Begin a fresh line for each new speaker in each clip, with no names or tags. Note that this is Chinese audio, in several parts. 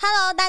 Hello，大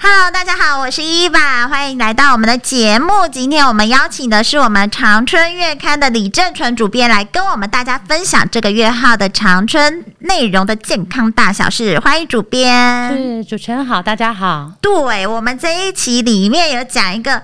Hello，大家好，我是伊娃，欢迎来到我们的节目。今天我们邀请的是我们长春月刊的李正纯主编来跟我们大家分享这个月号的长春内容的健康大小事。欢迎主编。
是主持人好，大家好。
对我们这一期里面有讲一个。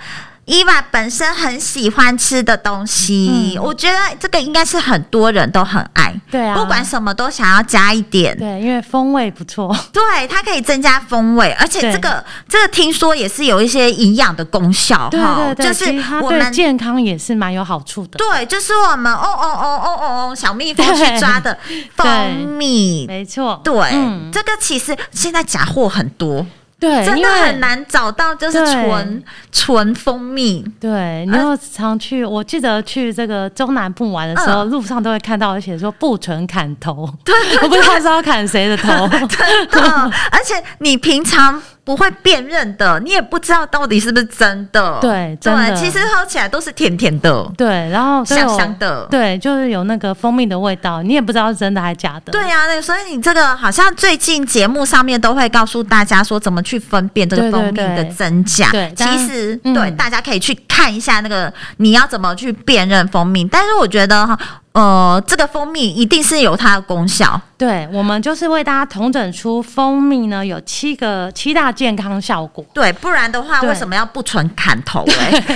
伊娃本身很喜欢吃的东西，我觉得这个应该是很多人都很爱，
嗯对啊，
不管什么都想要加一点。
对，因为风味 不错，
对，它可以增加风味，而且
对
这个这个听说也是有一些营养的功效
对
哈，
对对，
就
其
是
实它
我
对
们。
健康也是蛮有好处的。
对，就是我们哦哦哦哦哦哦，小蜜蜂去抓 的蜂蜜。
没错，
对，
嗯
这个其实现在假货很多，
对，
真
因
的
为
很。难找到就是
对
纯纯蜂蜜。
对，
呃
你要常去，我记得去这个中南部玩的时
嗯
候，路上都会看到写说不准砍 头，对， 我不知道是要砍谁的头。
嗯，而且你平常不会辨认的，你也不知道到底是不是真的。
对真
对，
的
其实喝起来都是甜甜的。
对，然后都有
香香的
对，就是有那个蜂蜜的味道，你也不知道是真的还是假的。
对呀、那所以你这个好像最近节目上面都会告诉大家说怎么去分辨这个
对对
蜂蜜的真假。
对当
其
然
实
嗯
对大家可以去看一下那个你要怎么去辨认蜂蜜，但是我觉得哈，呃，这个蜂蜜一定是有它的功效。
对，我们就是为大家统整出蜂蜜呢有七个七大健康效果。
对，不然的话，
对
为什么要不纯砍头、 欸？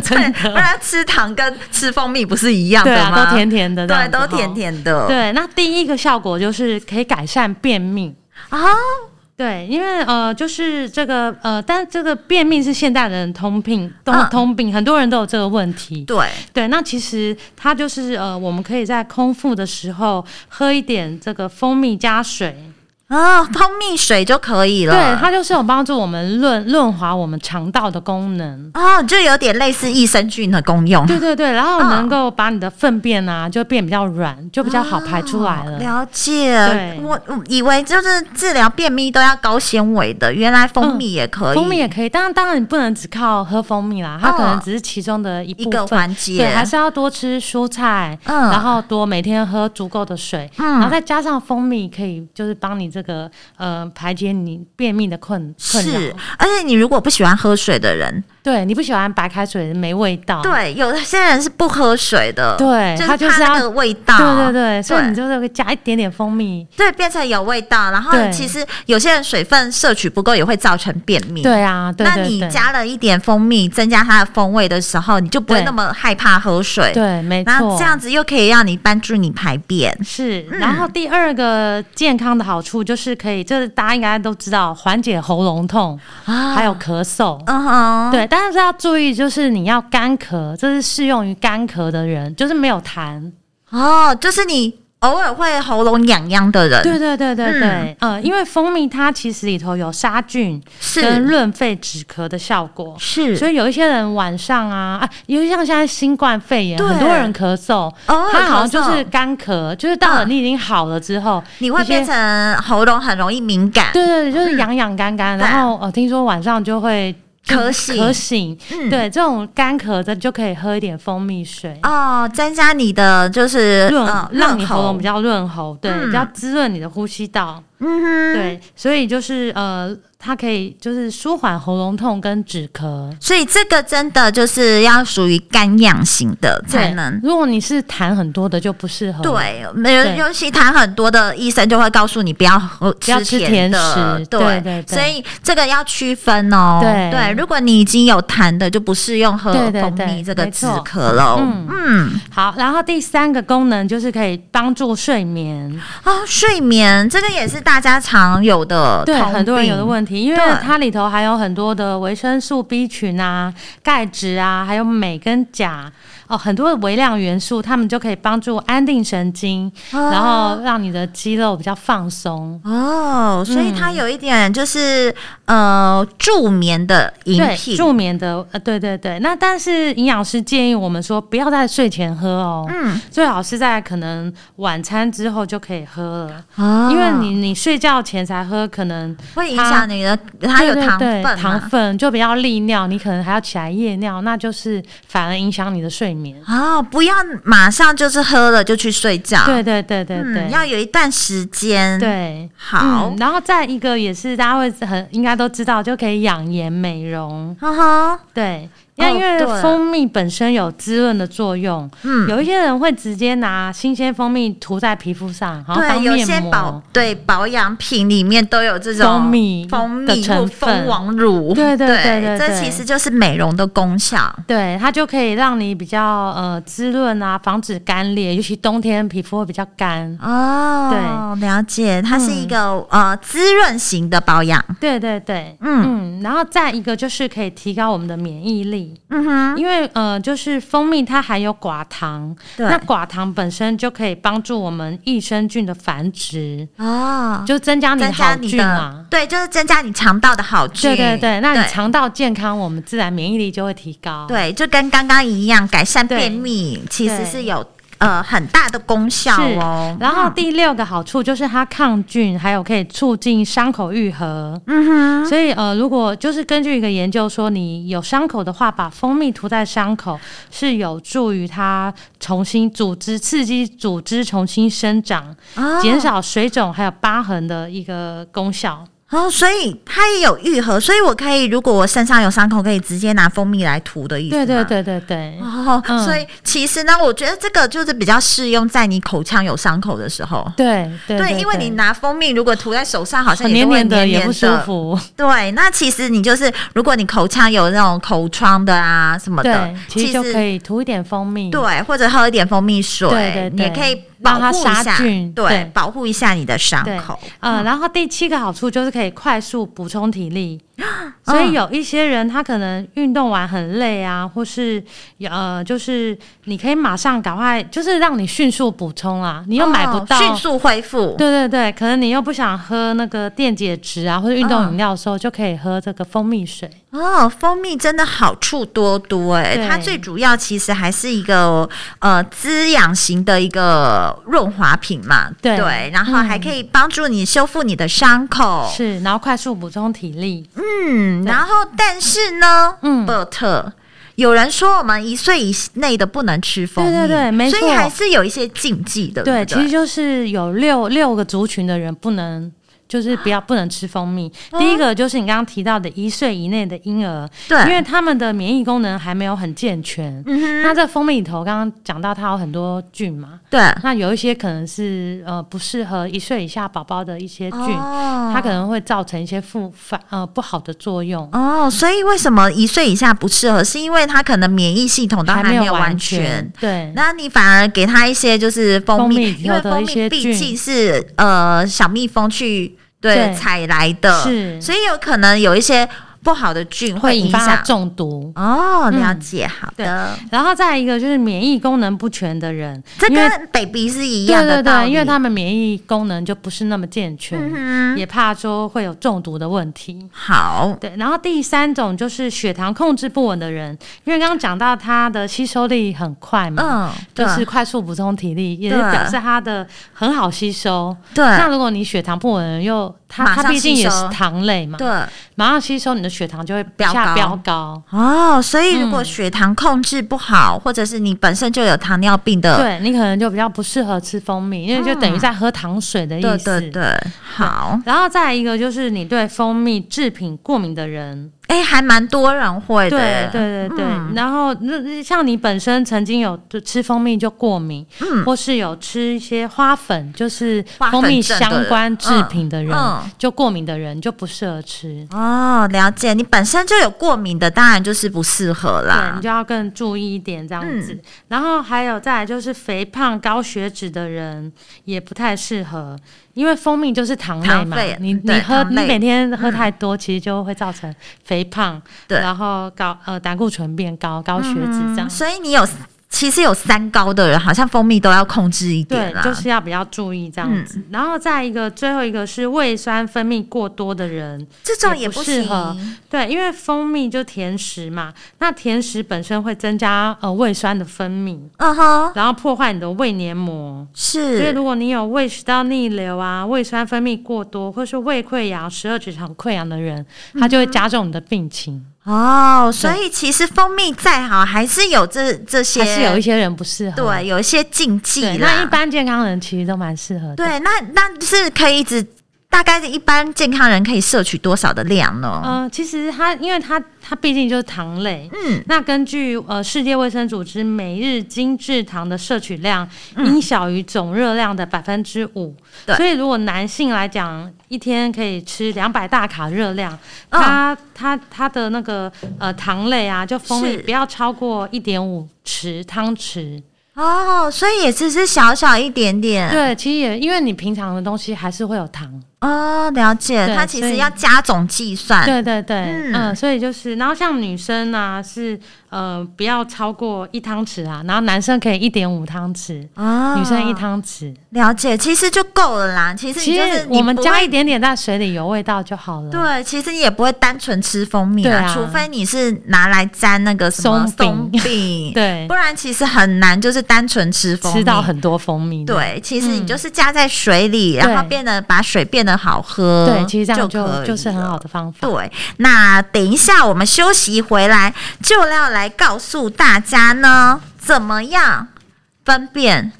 对，不然吃糖跟吃蜂蜜不是一样
对
的
啊，
吗？
都甜甜的这样
对，
子
都
哈，
甜甜的。
对，那第一个效果就是可以改善便秘。
啊，
对，因为呃，就是这个呃，但这个便秘是现代人的通病，通、
嗯
通病，很多人都有这个问题。
对，
对，那其实它就是呃，我们可以在空腹的时候喝一点这个蜂蜜加水，
啊，蜂蜜水就可以了。
对，它就是有帮助我们润润滑我们肠道的功能。
哦，就有点类似益生菌的功用。
对对对，然后
嗯
能够把你的粪便啊，就变比较软，就比较好排出来
哦
了。
了解，
对
我我以为就是治疗便秘都要高纤维的，原来蜂蜜也可以，
嗯蜂蜜也可以，当然当然你不能只靠喝蜂蜜啦，它
哦
可能只是其中的一
一
部
个
分。
环节，
对，还是要多吃蔬菜，
嗯
然后多每天喝足够的水，
嗯
然后再加上蜂蜜，可以就是帮你这个呃排解你便秘的困困
是
扰。，
而且你如果不喜欢喝水的人，
对，你不喜欢白开水没味道，
对，有些人是不喝水的，
哦对
就是
他就是
怕
要
那个味道，
对对对，所以
对
你就是会加一点点蜂蜜。
对，变成有味道。然后
对
其实有些人水分摄取不够，也会造成便秘。。
对啊，对
嗯那
对
你
对，
加了一点蜂蜜，增加它的风味的时候，你就不会
对
那么害怕喝水。，
对，没
然
错，
后这样嗯子又可以让你帮助你排便。
是，然后第二个健康的好处就是可以，这大家应该都知道，缓解喉咙痛，还有咳嗽。
嗯哼，
对，但是要注意，就是你要干咳，这是适用于干咳的人，就是没有痰。
哦，就是你偶尔会喉咙痒痒的人，
对对对对
嗯
对，呃，因为蜂蜜它其实里头有杀菌跟
是
润肺止咳的效果，所
是，
以有一些人晚上啊啊，尤其像现在新冠肺炎，
对
很多人咳嗽，
偶尔
他好像就
咳嗽
是干咳，就是到了
嗯
你已经好了之后，
你会
一些
变成喉咙很容易敏感，
对对，对就是痒痒干干，
对
然后呃，听说晚上就会
咳醒
咳醒，
嗯
对，这种干咳的就可以喝一点蜂蜜水，
哦，增加你的就是
润
呃
让你
润
喉咙比较润喉，对，
嗯
比较滋润你的呼吸道。
嗯哼，
对，所以就是呃，它可以就是舒缓喉咙痛跟止咳。
所以这个真的就是要属于干养型的才
对
能。
如果你是痰很多的，就不适合。
对，没有，
哦对
尤其痰很多的医生就会告诉你不要喝
不要吃
甜的，
甜食
对
对对对
所以这个要区分哦。
对
如果你已经有痰的，就不适用喝
对对
蜂蜜
对
这个
没
止
错
咳喽。
嗯
嗯，
好，然后第三个功能就是可以帮助睡眠，
哦，睡眠这个也是大家常有的
对
通
很多人有的
病
问题，因为
对
它里头还有很多的维生素 B 群啊、钙质啊，还有镁跟钾哦，很多的微量元素，它们就可以帮助安定神经，
哦
然后让你的肌肉比较放松。
哦，所以它有一点就是、呃助眠的饮
对，
品，
助眠的，呃，对对对。那但是营养师建议我们说，不要在睡前喝哦，
嗯，
最好是在可能晚餐之后就可以喝了，
哦
因为你你睡觉前才喝，可能
会影
它
响你的，它有
对对
糖分
对
嘛，
糖分就比较利尿，你可能还要起来夜尿，那就是反而影响你的睡眠。
哦，不要马上就是喝了就去睡觉，
对对对对对，
嗯，要有一段时间，，
对。
好
嗯，，然后再一个也是大家会很应该都知道，就可以养颜美容。
哈哈，
对，那因为
哦对
蜂蜜本身有滋润的作用，
嗯。
有一些人会直接拿新鲜蜂蜜涂在皮肤上，好像
对，
当
有
面
些保
膜。
对保养品里面都有这种
蜂蜜
蜂
的
蜜或
成
蜂
分
王乳，
对对对对
这
对
其实就是美容的功效。
对，它就可以让你比较呃滋润啊，防止干裂，尤其冬天皮肤会比较干。
哦，对，了解，它是一个、
嗯
呃滋润型的保养。
对对对，
嗯
嗯，然后再一个就是可以提高我们的免疫力，
嗯哼，
因为呃，就是蜂蜜它含有寡糖，
对
那寡糖本身就可以帮助我们益生菌的繁殖，
哦，
就增加你
增加
好
你
菌啊
的
嘛。
对，就是增加你肠道的好菌。
对对对，那你肠道健康，我们自然免疫力就会提高。
对，就跟刚刚一样，改善
对
便秘其实
对
是有呃很大的功效
是
哦。
然后第六个好处就是它抗菌，还有可以促进伤口愈合。
嗯哼，
所以呃，如果就是根据一个研究说，你有伤口的话，把蜂蜜涂在伤口是有助于它重新组织、刺激组织重新生长，
哦
减少水肿还有疤痕的一个功效。
哦，所以它也有愈合，所以我可以如果我身上有伤口，可以直接拿蜂蜜来涂的意思。
对对。对对对，
哦，
嗯
所以其实呢，我觉得这个就是比较适用在你口腔有伤口的时候。
对对
对，因为你拿蜂蜜如果涂在手上，好像
很
也
黏
都会
黏的
黏
也不舒
的。
服。
对，那其实你就是，如果你口腔有那种口疮的啊什么的
对，，其实就可以涂一点蜂蜜。
对，啊或者喝一点蜂蜜水，
对对对
你也可以保
让它
护一
杀
下，
菌
对，
对
保护一下你的伤
对
口。嗯
呃，然后第七个好处就是可以快速补充体力，
啊
所以有一些人他可能运动完很累啊，或是呃，就是你可以马上赶快，就是让你迅速补充啊，你又买不
哦
到，
迅速恢复。
对对对，可能你又不想喝那个电解质啊，或者运
嗯
动饮料的时候，就可以喝这个蜂蜜水。
哦，蜂蜜真的好处多多哎、
对
它最主要其实还是一个呃滋养型的一个润滑品嘛，
对
然后还可以帮助你修复你的伤口，
是，然后快速补充体力。
嗯，然后但是呢，
嗯
，but 有人说我们一岁以内的不能吃蜂蜜，
对对对没
所以
错
还是有一些禁忌的，
对，
对不
其实就是有六六个族群的人不能。就是不
啊
要不能吃蜂蜜。第一个就是你刚刚提到的一岁以内的婴儿，
对
因为他们的免疫功能还没有很健全。
嗯
那这蜂蜜里头，刚刚讲到它有很多菌嘛，
对，
那有一些可能是呃不适合一岁以下宝宝的一些菌，
哦
它可能会造成一些副反呃不好的作用。
哦，所以为什么一岁以下不适合，是因为他可能免疫系统都还
没
没有完
完
全。
对，
那你反而给他一些就是蜂蜜，
蜂蜜
因为
有的
蜂
一
蜜
些
毕
菌
竟是呃小蜜蜂去对
对
采来的，
是
所以有可能有一些不好的菌
会
影
引发
响。
中毒。
哦，了
嗯
解，好
对
的，
然后再一个就是免疫功能不全的人，
这
因为
跟 baby 是一样的
对对
道理，
对，因为他们免疫功能就不是那么健全，
嗯哼
也怕说会有中毒的问题。
好，
对，然后第三种就是血糖控制不稳的人，因为刚刚讲到他的吸收力很快嘛，
嗯，
就
对
是快速补充体力，也是
对
表示他的很好吸收。
对
那如果你血糖不稳又他
马上
他毕竟
吸
也
收
是糖类嘛，
对，
马上吸收你的的血糖就会
飙
一下
高
飙高。
哦，所以
嗯
如果血糖控制不好，或者是你本身就有糖尿病的，
对你可能就比较不适合吃蜂蜜，因为就等于在喝糖水的意
对
思。
嗯对对，好，
然后再来一个就是你对蜂蜜制品过敏的人，
哎，还蛮多人会的
对
耶，
对对对。
嗯
然后那像你本身曾经有就吃蜂蜜就过敏，或是有吃一些花粉，就是
嗯花粉
蜂蜜
症的人
相关制品的人、
嗯嗯
就过敏的人就不适合吃。
哦，了解，你本身就有过敏的，当然就是不适合
对，
啦
你。就要更注意一点这样子。
嗯
然后还有再来就是肥胖、高血脂的人也不太适合，因为蜂蜜就是糖类
糖
嘛
类，
你
对
你喝
糖
你
类
每天喝太多，其实就会造成肥胖，
对
然后高呃胆固醇变高、高血脂这样。
所以你有其实有三高的人，好像蜂蜜都要控制一
对
点啦。，嗯
就是要比较注意这样子。然后再一个，最后一个是胃酸分泌过多的人，
这种
也
不
不适
行
合对，因为蜂蜜就甜食嘛，那甜食本身会增加呃胃酸的分泌，
嗯哼，
然后破坏你的胃黏膜。所以，
是
如果你有胃食道逆流啊、胃酸分泌过多，或是胃溃疡、十二指肠溃疡的人，他就会加重你的病情。
哦。所以其实蜂蜜再好，还是有这这些，
还是有一些人不适合。
对，有一些禁忌
对，
啦
那一般健康人其实都蛮适合的。
对，那那是可以一直大概一般健康人可以摄取多少的量呢？
呃，其实它因为它它毕竟就是糖类，嗯，那根据呃世界卫生组织每日精制糖的摄取量应小于总热量的百分之五，
嗯对
所以如果男性来讲，一天可以吃两百大卡热量，
嗯
它它它的那个呃糖类啊，就蜂蜜
是
不要超过一点五匙汤匙，
哦，所以也只是小小一点点。
对，其实也因为你平常的东西还是会有糖，
哦，了解。
对
它其
所
实
以
要加总计算。
对对对，
嗯
嗯、所以就是，然后像女生啊，是呃不要超过一汤匙啊，然后男生可以一点五汤匙，
哦，
女生一汤匙，
了解，其实就够了啦。其实你
其
就
实
是
我们
你不
加
会
一点点在水里有味道就好了。
对，其实你也不会单纯吃蜂蜜
对
啦，
啊
除非你是拿来沾那个什么松
松饼
饼，
对
不然其实很难就是单纯吃蜂蜜。
吃到很多蜂蜜的。
对，其实你
嗯
就是加在水里，然后
对
变得把水变得好喝，
对，其实这样
嗯就可
就
以
是很
了
好的方法。
对，那等一下我们休息回来，就要来告诉大家呢，怎么样分辨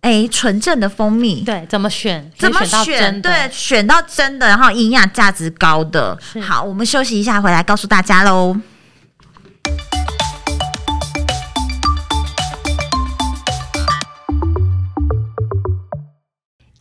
诶纯正的蜂蜜。
对，怎么选？可
怎
以
么
到真的？
对，选到真的，然后营养价值高的
是。
好，我们休息一下，回来告诉大家喽。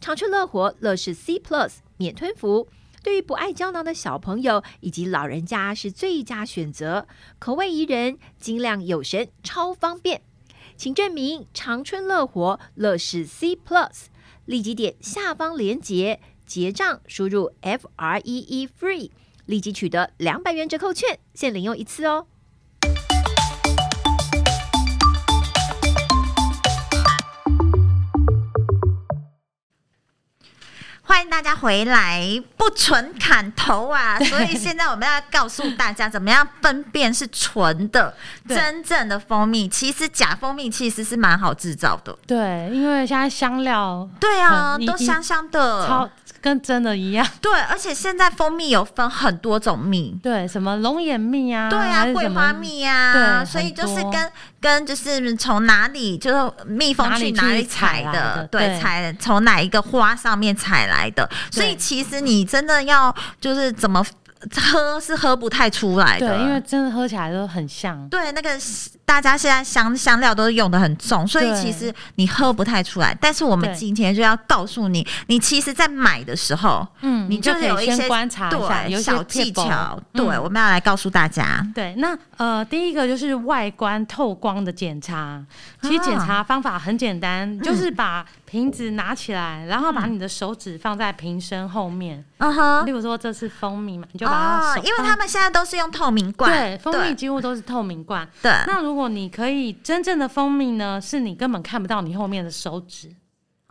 长春乐活乐视 C Plus 免吞服，对于不爱胶囊的小朋友以及老人家是最佳选择，口味宜人，精量有神，超方便。请证明长春乐活乐视 C Plus，立即点下方链接结账，输入 F R E E FREE，立即取得两百元折扣券，限领用一次哦。
欢迎大家回来，不纯砍头 啊！所以现在我们要告诉大家，怎么样分辨是纯的、
对
真正的蜂蜜。其实假蜂蜜其实是蛮好制造的。
对，因为现在香料
对啊，
嗯你
都香香的
超。跟真的一样。
对，而且现在蜂蜜有分很多种蜜。
对，什么龙眼蜜啊，
对啊
还，是
桂
什么
花蜜啊，
对
所以就
很
是
多
跟跟就是从哪里就是蜜蜂
哪
去
里
哪
去
里采
采来
的
的，
对，
对
采从哪一个花上面采来的，所以
对
其实你真的要就是怎么喝是喝不太出来的，
对，因为真的喝起来都很像。
对那个大家现在香香料都用的很重，所以
对
其实你喝不太出来。但是我们
对
今天就要告诉你，你其实在买的时候，
嗯，
你
就
就是
可
有
以
一
先
些
观察一下，有
对
一些
小技
tip
巧，对，
嗯
我们要来告诉大家。
对，那呃，第一个就是外观透光的检查。其实检
啊嗯
查方法很简单，就是把瓶子拿起来，然后把你的手指放在瓶身后面。
嗯哼
例，如说这是蜂蜜嘛，你就把它
哦
手，
因为
放
他们现在都是用透明罐，
对蜂蜜几乎都是透明罐。
对，
那如果你可以真正的蜂蜜呢，是你根本看不到你后面的手指。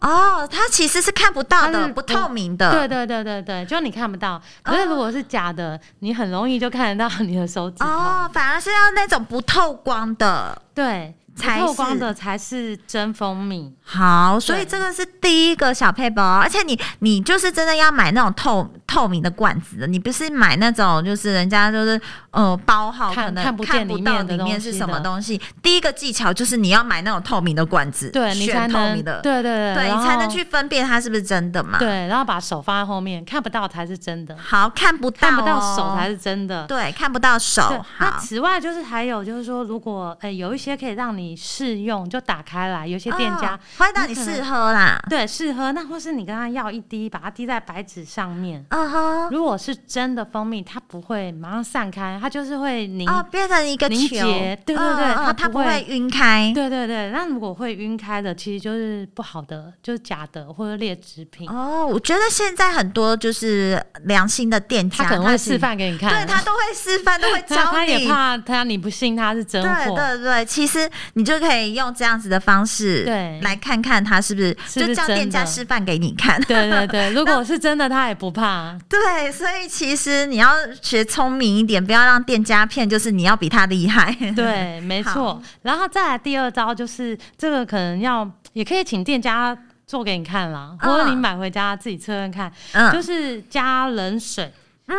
哦，它其实是看不到
它
的，
是
不
不
透明的，哦
对对对对对，就你看不到。可是如果是假的，你很容易就看得到你的手指头。
哦，反而是要那种不透光的。
对，不
才
透光
是
的才是真蜂蜜。
好，所以
对
这个是第一个小配包，而且你你就是真的要买那种透透明的罐子的，你不是买那种就是人家就是呃包好，
看
可能
看不见
看不到
里面的
里面是
东西
什么
的
东西。第一个技巧就是你要买那种透明的罐子，
对你才
选透
能
明的，
对对对，
对
然
你才能
后
去分辨它是不是真的嘛。
对，然后把手放在后面，看不到才是真的，
好看不到、哦
看不到手才是真的。
对，看不到
对
手。
那
好，
此外就是还有就是说，如果呃有一些可以让你试用，就打开来，有些店家、
哦会让你
你可能
试喝啦。
对试喝，那或是你跟他要一滴，把它滴在白纸上面。
嗯哼，
如果是真的蜂蜜，它不会马上散开，它就是会凝。
哦，变成一个球，
凝结对对对
嗯嗯
它
它
不
不会
会
晕开。
对对对，那如果会晕开的，其实就是不好的，就是假的或者劣质品，
哦，我觉得现在很多就是良心的店家，
他可能会
是
示，范给你看。
对他都会示范，都会
他
教
他也
你。
怕他你不信他是真
对
货，
对对，其实你就可以用这样子的方式，
对
来看看他是不是，
是
就
不
是叫店家
真的
示范给你看。
对对对，如果是真的，他也不怕。
对，所以其实你要学聪明一点，不要让店家骗，就是你要比他厉害。
对，没错。然后再来第二招，就是这个可能要也可以请店家做给你看啦，
嗯
或者你买回家自己测测看，就
嗯，
是加冷水，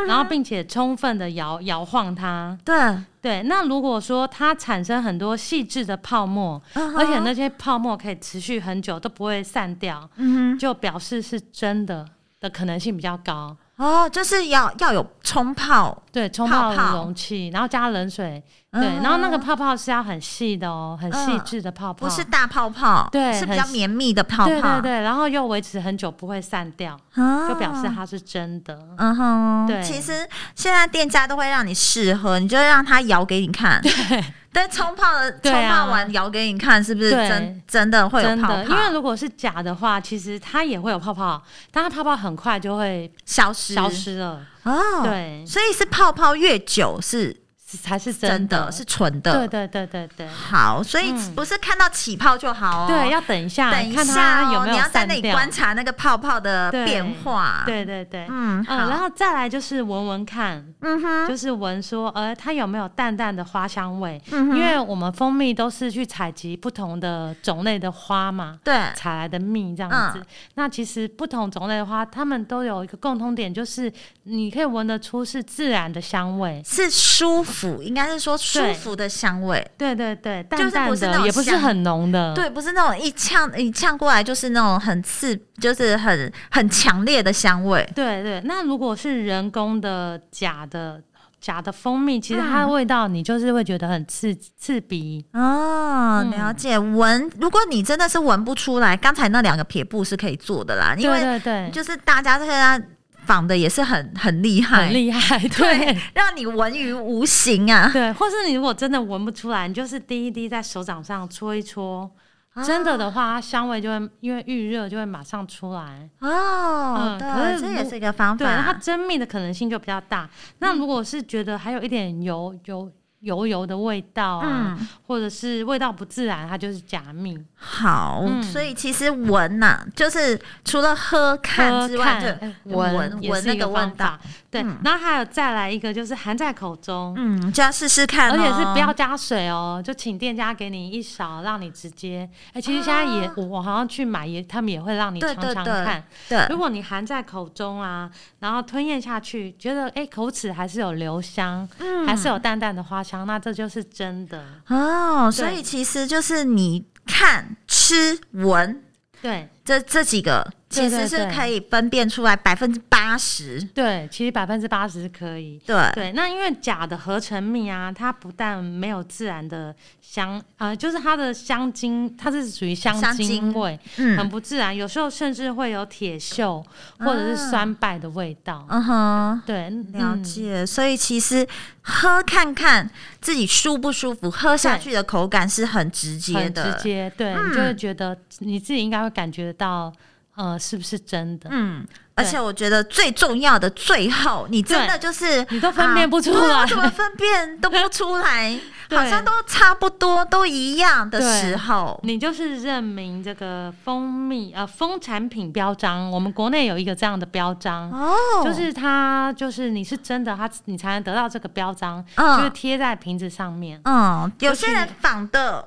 然后并且充分的摇摇晃它。
对，
对，那如果说它产生很多细致的泡沫，而
而
且那些泡沫可以持续很久都不会散掉，
嗯
就表示是真的的可能性比较高。
哼，哦，就是要要有冲泡，
对，冲
泡
泡
泡
的容器，然后加冷水，
嗯
对，然后那个泡泡是要很细的哦，很细致的泡泡，
不是大泡泡，
对
是比
很
较绵密的泡泡，
对对对，然后又维持很久不会散掉，
啊
就表示它是真的。
嗯哼，
对
其实现在店家都会让你试喝，你就让他摇给你看。对，但冲泡的
对
冲
啊
泡完摇给你看，是不是
对
真真的会有
真
泡泡？
的，因为如果是假的话，其实它也会有泡泡，但它泡泡很快就会
消失
消失了，
哦，，
对，
所以是泡泡越久是
是才是
真
真
的是纯的。
对对对对对
好，所以
嗯
不是看到起泡就好哦。
对，要等一下，
等一
看
下
它有
哦，
没
你
有
要在
散
那里
掉。
观察那个泡泡的
对
变化。，
对对对，嗯，
嗯，
然
好，
后再来就是闻闻看，
嗯哼，
就是闻说，呃，它有没有淡淡的花香味？
嗯哼
因为我们蜂蜜都是去采集不同的种类的花嘛，
对，
采来的蜜这样子。
嗯
那其实不同种类的花，它们都有一个共通点，就是你可以闻得出是自然的香味。
是舒服，应该是说舒
对
服的香味。
对对对，
就是
淡淡
不
的，
是那种
也不是
香
很浓的。
对，不是那种一呛一呛过来就是那种很刺，就是很很强烈的香味。
对对，那如果是人工的假的假的蜂蜜，其实它
嗯
的味道你就是会觉得很刺刺鼻。
哦，
嗯
了解。闻，如果你真的是闻不出来，刚才那两个撇步是可以做的啦，因
对
为
对对，
就是大家现在仿的也是很很厉害，
很厉害。 对。
让你闻于无形 啊。
对，或是你如果真的闻不出来，你就是滴一滴在手掌上搓一搓。
啊
真的的话，它香味就会因为预热就会马上出来。
哦，
嗯可
对，
是
这
如
也是一个方
对，
法。
它蒸蜜的可能性就比较大。
嗯
那如果是觉得还有一点油油油油的味道啊，
嗯
或者是味道不自然，它就是假蜜。
好，
嗯
所以其实闻呐、就是除了喝 看
喝
之外，
看
就
哎
闻
也
闻
是
那
一
个
个
味
方
道
法。。对，然后还有再来一个就是含在口中。
嗯，就要试试看、哦，
而且是不要加水哦，就请店家给你一勺，让你直接。哎、其实现在也、我我好像去买也，他们也会让你
哦对
尝
对呃
尝
对
看。
对
如果你含在口中啊，然后吞咽下去，觉得哎、诶口齿还是有留香，
嗯
还是有淡淡的花香，那这就是真的。
哦，所
对
以其实就是你看、吃、闻
对
这这几个，其
对
实
对
是
对
可以分辨出来百分之八十。
对，其实百分之八十是可以。
对，
对，那因为假的合成蜜啊，它不但没有自然的香，呃，就是它的香精，它是属于香
香
精
精
味，很
嗯，
不自然。有时候甚至会有铁锈或者是
啊
酸败的味道。
嗯哼，了
对，嗯
解。所以其实喝看看自己舒不舒服，喝下
对
去的口感是很直接
很
的。嗯
直接，对、你就会觉得你自己应该会感觉到，呃，是不是真的？
嗯，而且我觉得最重要的，最后你真的就是
你都分辨不出
啊对
来
我怎么分辨都不出来，
对
好像都差不多，都一样的
对
时候，
你就是认明这个蜂蜜呃蜂产品标章，我们国内有一个这样的标章，
哦，
就是它就是你是真的，它你才能得到这个标章，
嗯
就是贴在瓶子上面。
嗯，有
就是
些人仿的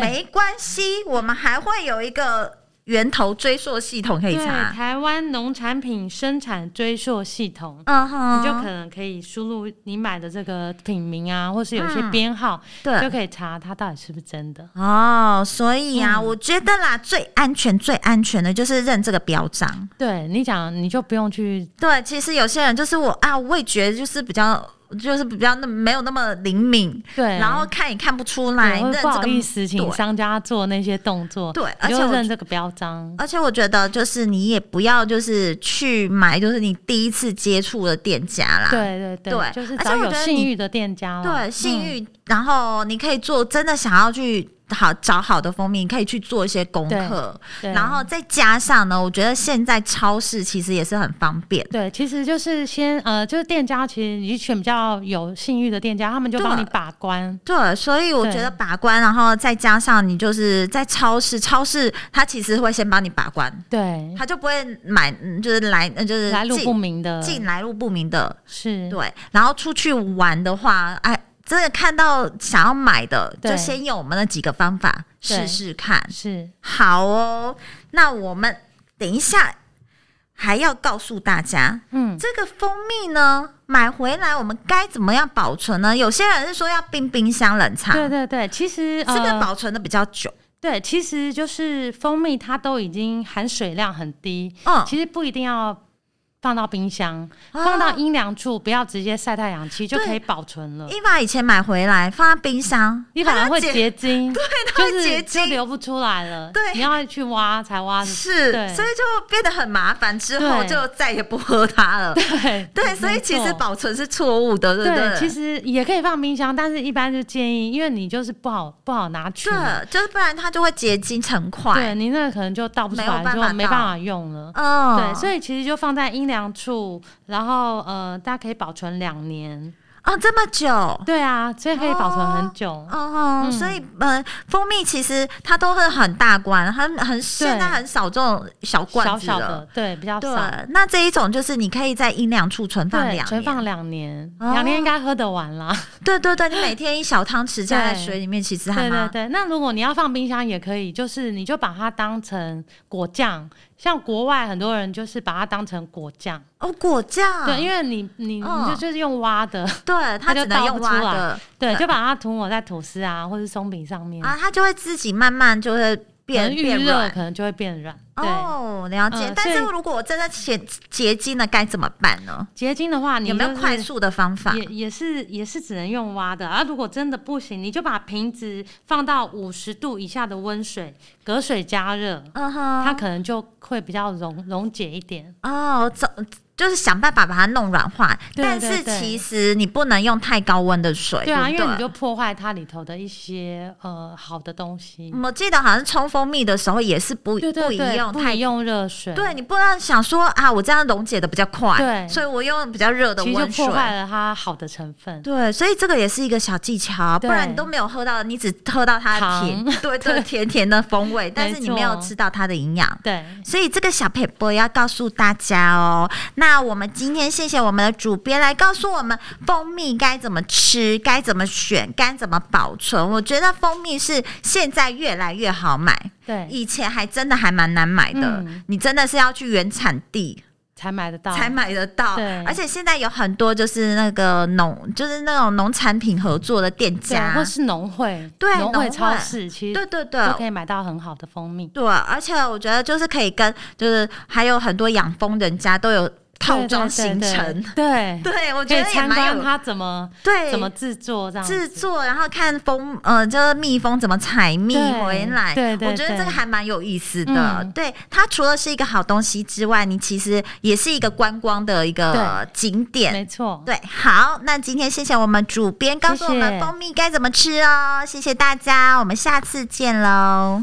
没关系，我们还会有一个源头追溯系统可以
对，
查。
台湾农产品生产追溯系统。
嗯哼，
你就可能可以输入你买的这个品名啊，或是有一些
嗯
编号，就
对
可以查它到底是不是真的。
哦，所以啊，
嗯
我觉得啦，最安全、最安全的就是认这个标章。
对你讲，你就不用去
对，其实有些人就是我啊，味觉就是比较，就是比较那没有那么灵敏，
对，
然后看也看不出来，
对
认
会
这
不好
个
意思请
对
商家做那些动作，
对而
你
且
就
我啊
认这个标章。
而且我觉得，就是你也不要就是去买，就是你第一次接触的店家啦。
对对嗯
对
就是
而且
找
我
有
觉得
信
你
誉的店家啦
对，信誉，然后你可以做真的想要去好找好的蜂蜜，你可以去做一些功课，
对
然后再加上呢，我觉得现在超市其实也是很方便。
对，其实就是先呃，就是店家，其实你选比较有信誉的店家，他们就帮
对
你把关。
对，所以我觉得
对
把关，然后再加上你就是在超市，超市它其实会先帮你把关，
对，
它就不会买，嗯就是来，嗯就是
来路
进
不明的，
进来路不明的，
是，
对，然后出去玩的话，哎，真的看到想要买的，
对
就先用我们那几个方法
对
试试看。
是，
好哦，那我们等一下还要告诉大家，
嗯，
这个蜂蜜呢，买回来我们该怎么样保存呢？有些人是说要冰冰箱冷藏，
对对对，其实
是不是
呃
保存的比较久？
对，其实就是蜂蜜，它都已经含水量很低，
嗯，
其实不一定要放到冰箱，放到
哦
阴凉处，不要直接晒太阳，其实就
对
可以保存了。
伊娃以前买回来放在冰箱，
你反而会
它就
结晶，对，
它会
就是
结晶
就流不出来了。
对
你要去挖才挖得
是，
对
所以就变得很麻烦，之后
对
就再也不喝它了。
对
对，所以其
没
实
错
保存是错误的，对不
对
对？，
其实也可以放冰箱，但是一般就建议，因为你就是不好不好拿取嘛，
对，就是不然它就会结晶成
对
块。
你那个可能就倒不出
没有
来，
办
就
法
没
倒
办法用了。
嗯，
对，所以其实就放在阴凉处，然后呃，大家可以保存两年。
哦这么久，
对啊，所以可以保存很久。
哦，
嗯
所以呃，蜂蜜其实它都会很大罐，很很现在很少这种小哦罐
小
子
小
了。
的，对，比较
对
少，，
那这一种就是你可以在阴凉处存放
对，
两
存
年，
放两年，
哦
两年应该喝得完 啦。
对对对，你每天一小汤匙加在
对
水里面，其实还
对对
蛮
对，那如果你要放冰箱也可以，就是你就把它当成果酱，像国外很多人就是把它当成果酱，
哦果酱，
对，因为你你、你就
嗯
就是用挖的，
对它
就
只能
倒
用
不
挖
出来
的
对，
对
就把它涂抹在吐司啊或是松饼上面，
啊，它就会自己慢慢就会
可能
变
预
变
热
软。
可能就会变软。对，
哦，了解。
嗯
但是
所以
如果我真的结结晶了，该怎么办呢？
结晶的话，你
有没有
就是
快速的方法
也？也是也是只能用挖的啊。如果真的不行，你就把瓶子放到五十度以下的温水，隔水加热，
嗯哼，
它可能就会比较溶溶解一点。
哦，总就是想办法把它弄软化，
对
但
对
是
对
其实你不能用太高温的水，
对啊，
不
因为你就破坏它里头的一些呃好的东西。
我记得好像冲蜂蜜的时候也是不
对对
嗯不
对
宜，用
不
太
宜用热水，
对你不能想说啊，我这样溶解的比较快，
对
所以我用比较热的
其实就
温水
破。坏了它好的成分。
对，所以这个也是一个小技巧啊，不
对
然你都没有喝到，你只喝到它的
糖
甜，对对，甜甜的风味，但是你没有
错
吃到它的营养。
对，
所以这个小 paper 要告诉大家哦。那我们今天谢谢我们的主编来告诉我们蜂蜜该怎么吃、该怎么选、该怎么保存。我觉得蜂蜜是现在越来越好买，
对，
以前还真的还蛮难买的。
嗯
你真的是要去原产地
才买得到，
才买得到
对。
而且现在有很多就是那个农，就是那种农产品合作的店
对啊
家
或，是农会，
对
农
农
会
会
超市其
对
实
对对
都，可以买到很好的蜂蜜。
对，而且我觉得就是可以跟，就是还有很多养蜂人家都有套装行程，
对，对
对我
可
觉
以
得也
参
蛮
观
有
它怎么
对
怎么制作这样
制
子。
作，然后看蜂，呃，就是蜜蜂怎么采蜜
对
回来。
对对
我觉得
对
这个还蛮有意思的。
嗯
对，它除了是一个好东西之外，你其实也是一个观光的一个景点。
没错，
对，好，那今天谢谢我们主编告诉我
谢
们
谢
蜂蜜该怎么吃哦，谢谢大家，我们下次见喽。